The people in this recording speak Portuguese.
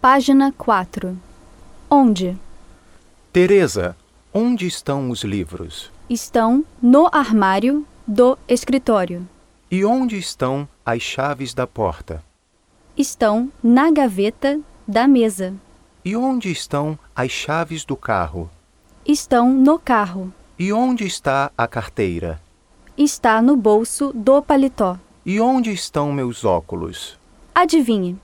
Página 4. Onde? Teresa, onde estão os livros? Estão no armário do escritório. E onde estão as chaves da porta? Estão na gaveta da mesa. E onde estão as chaves do carro? Estão no carro. E onde está a carteira? Está no bolso do paletó. E onde estão meus óculos? Adivinhe.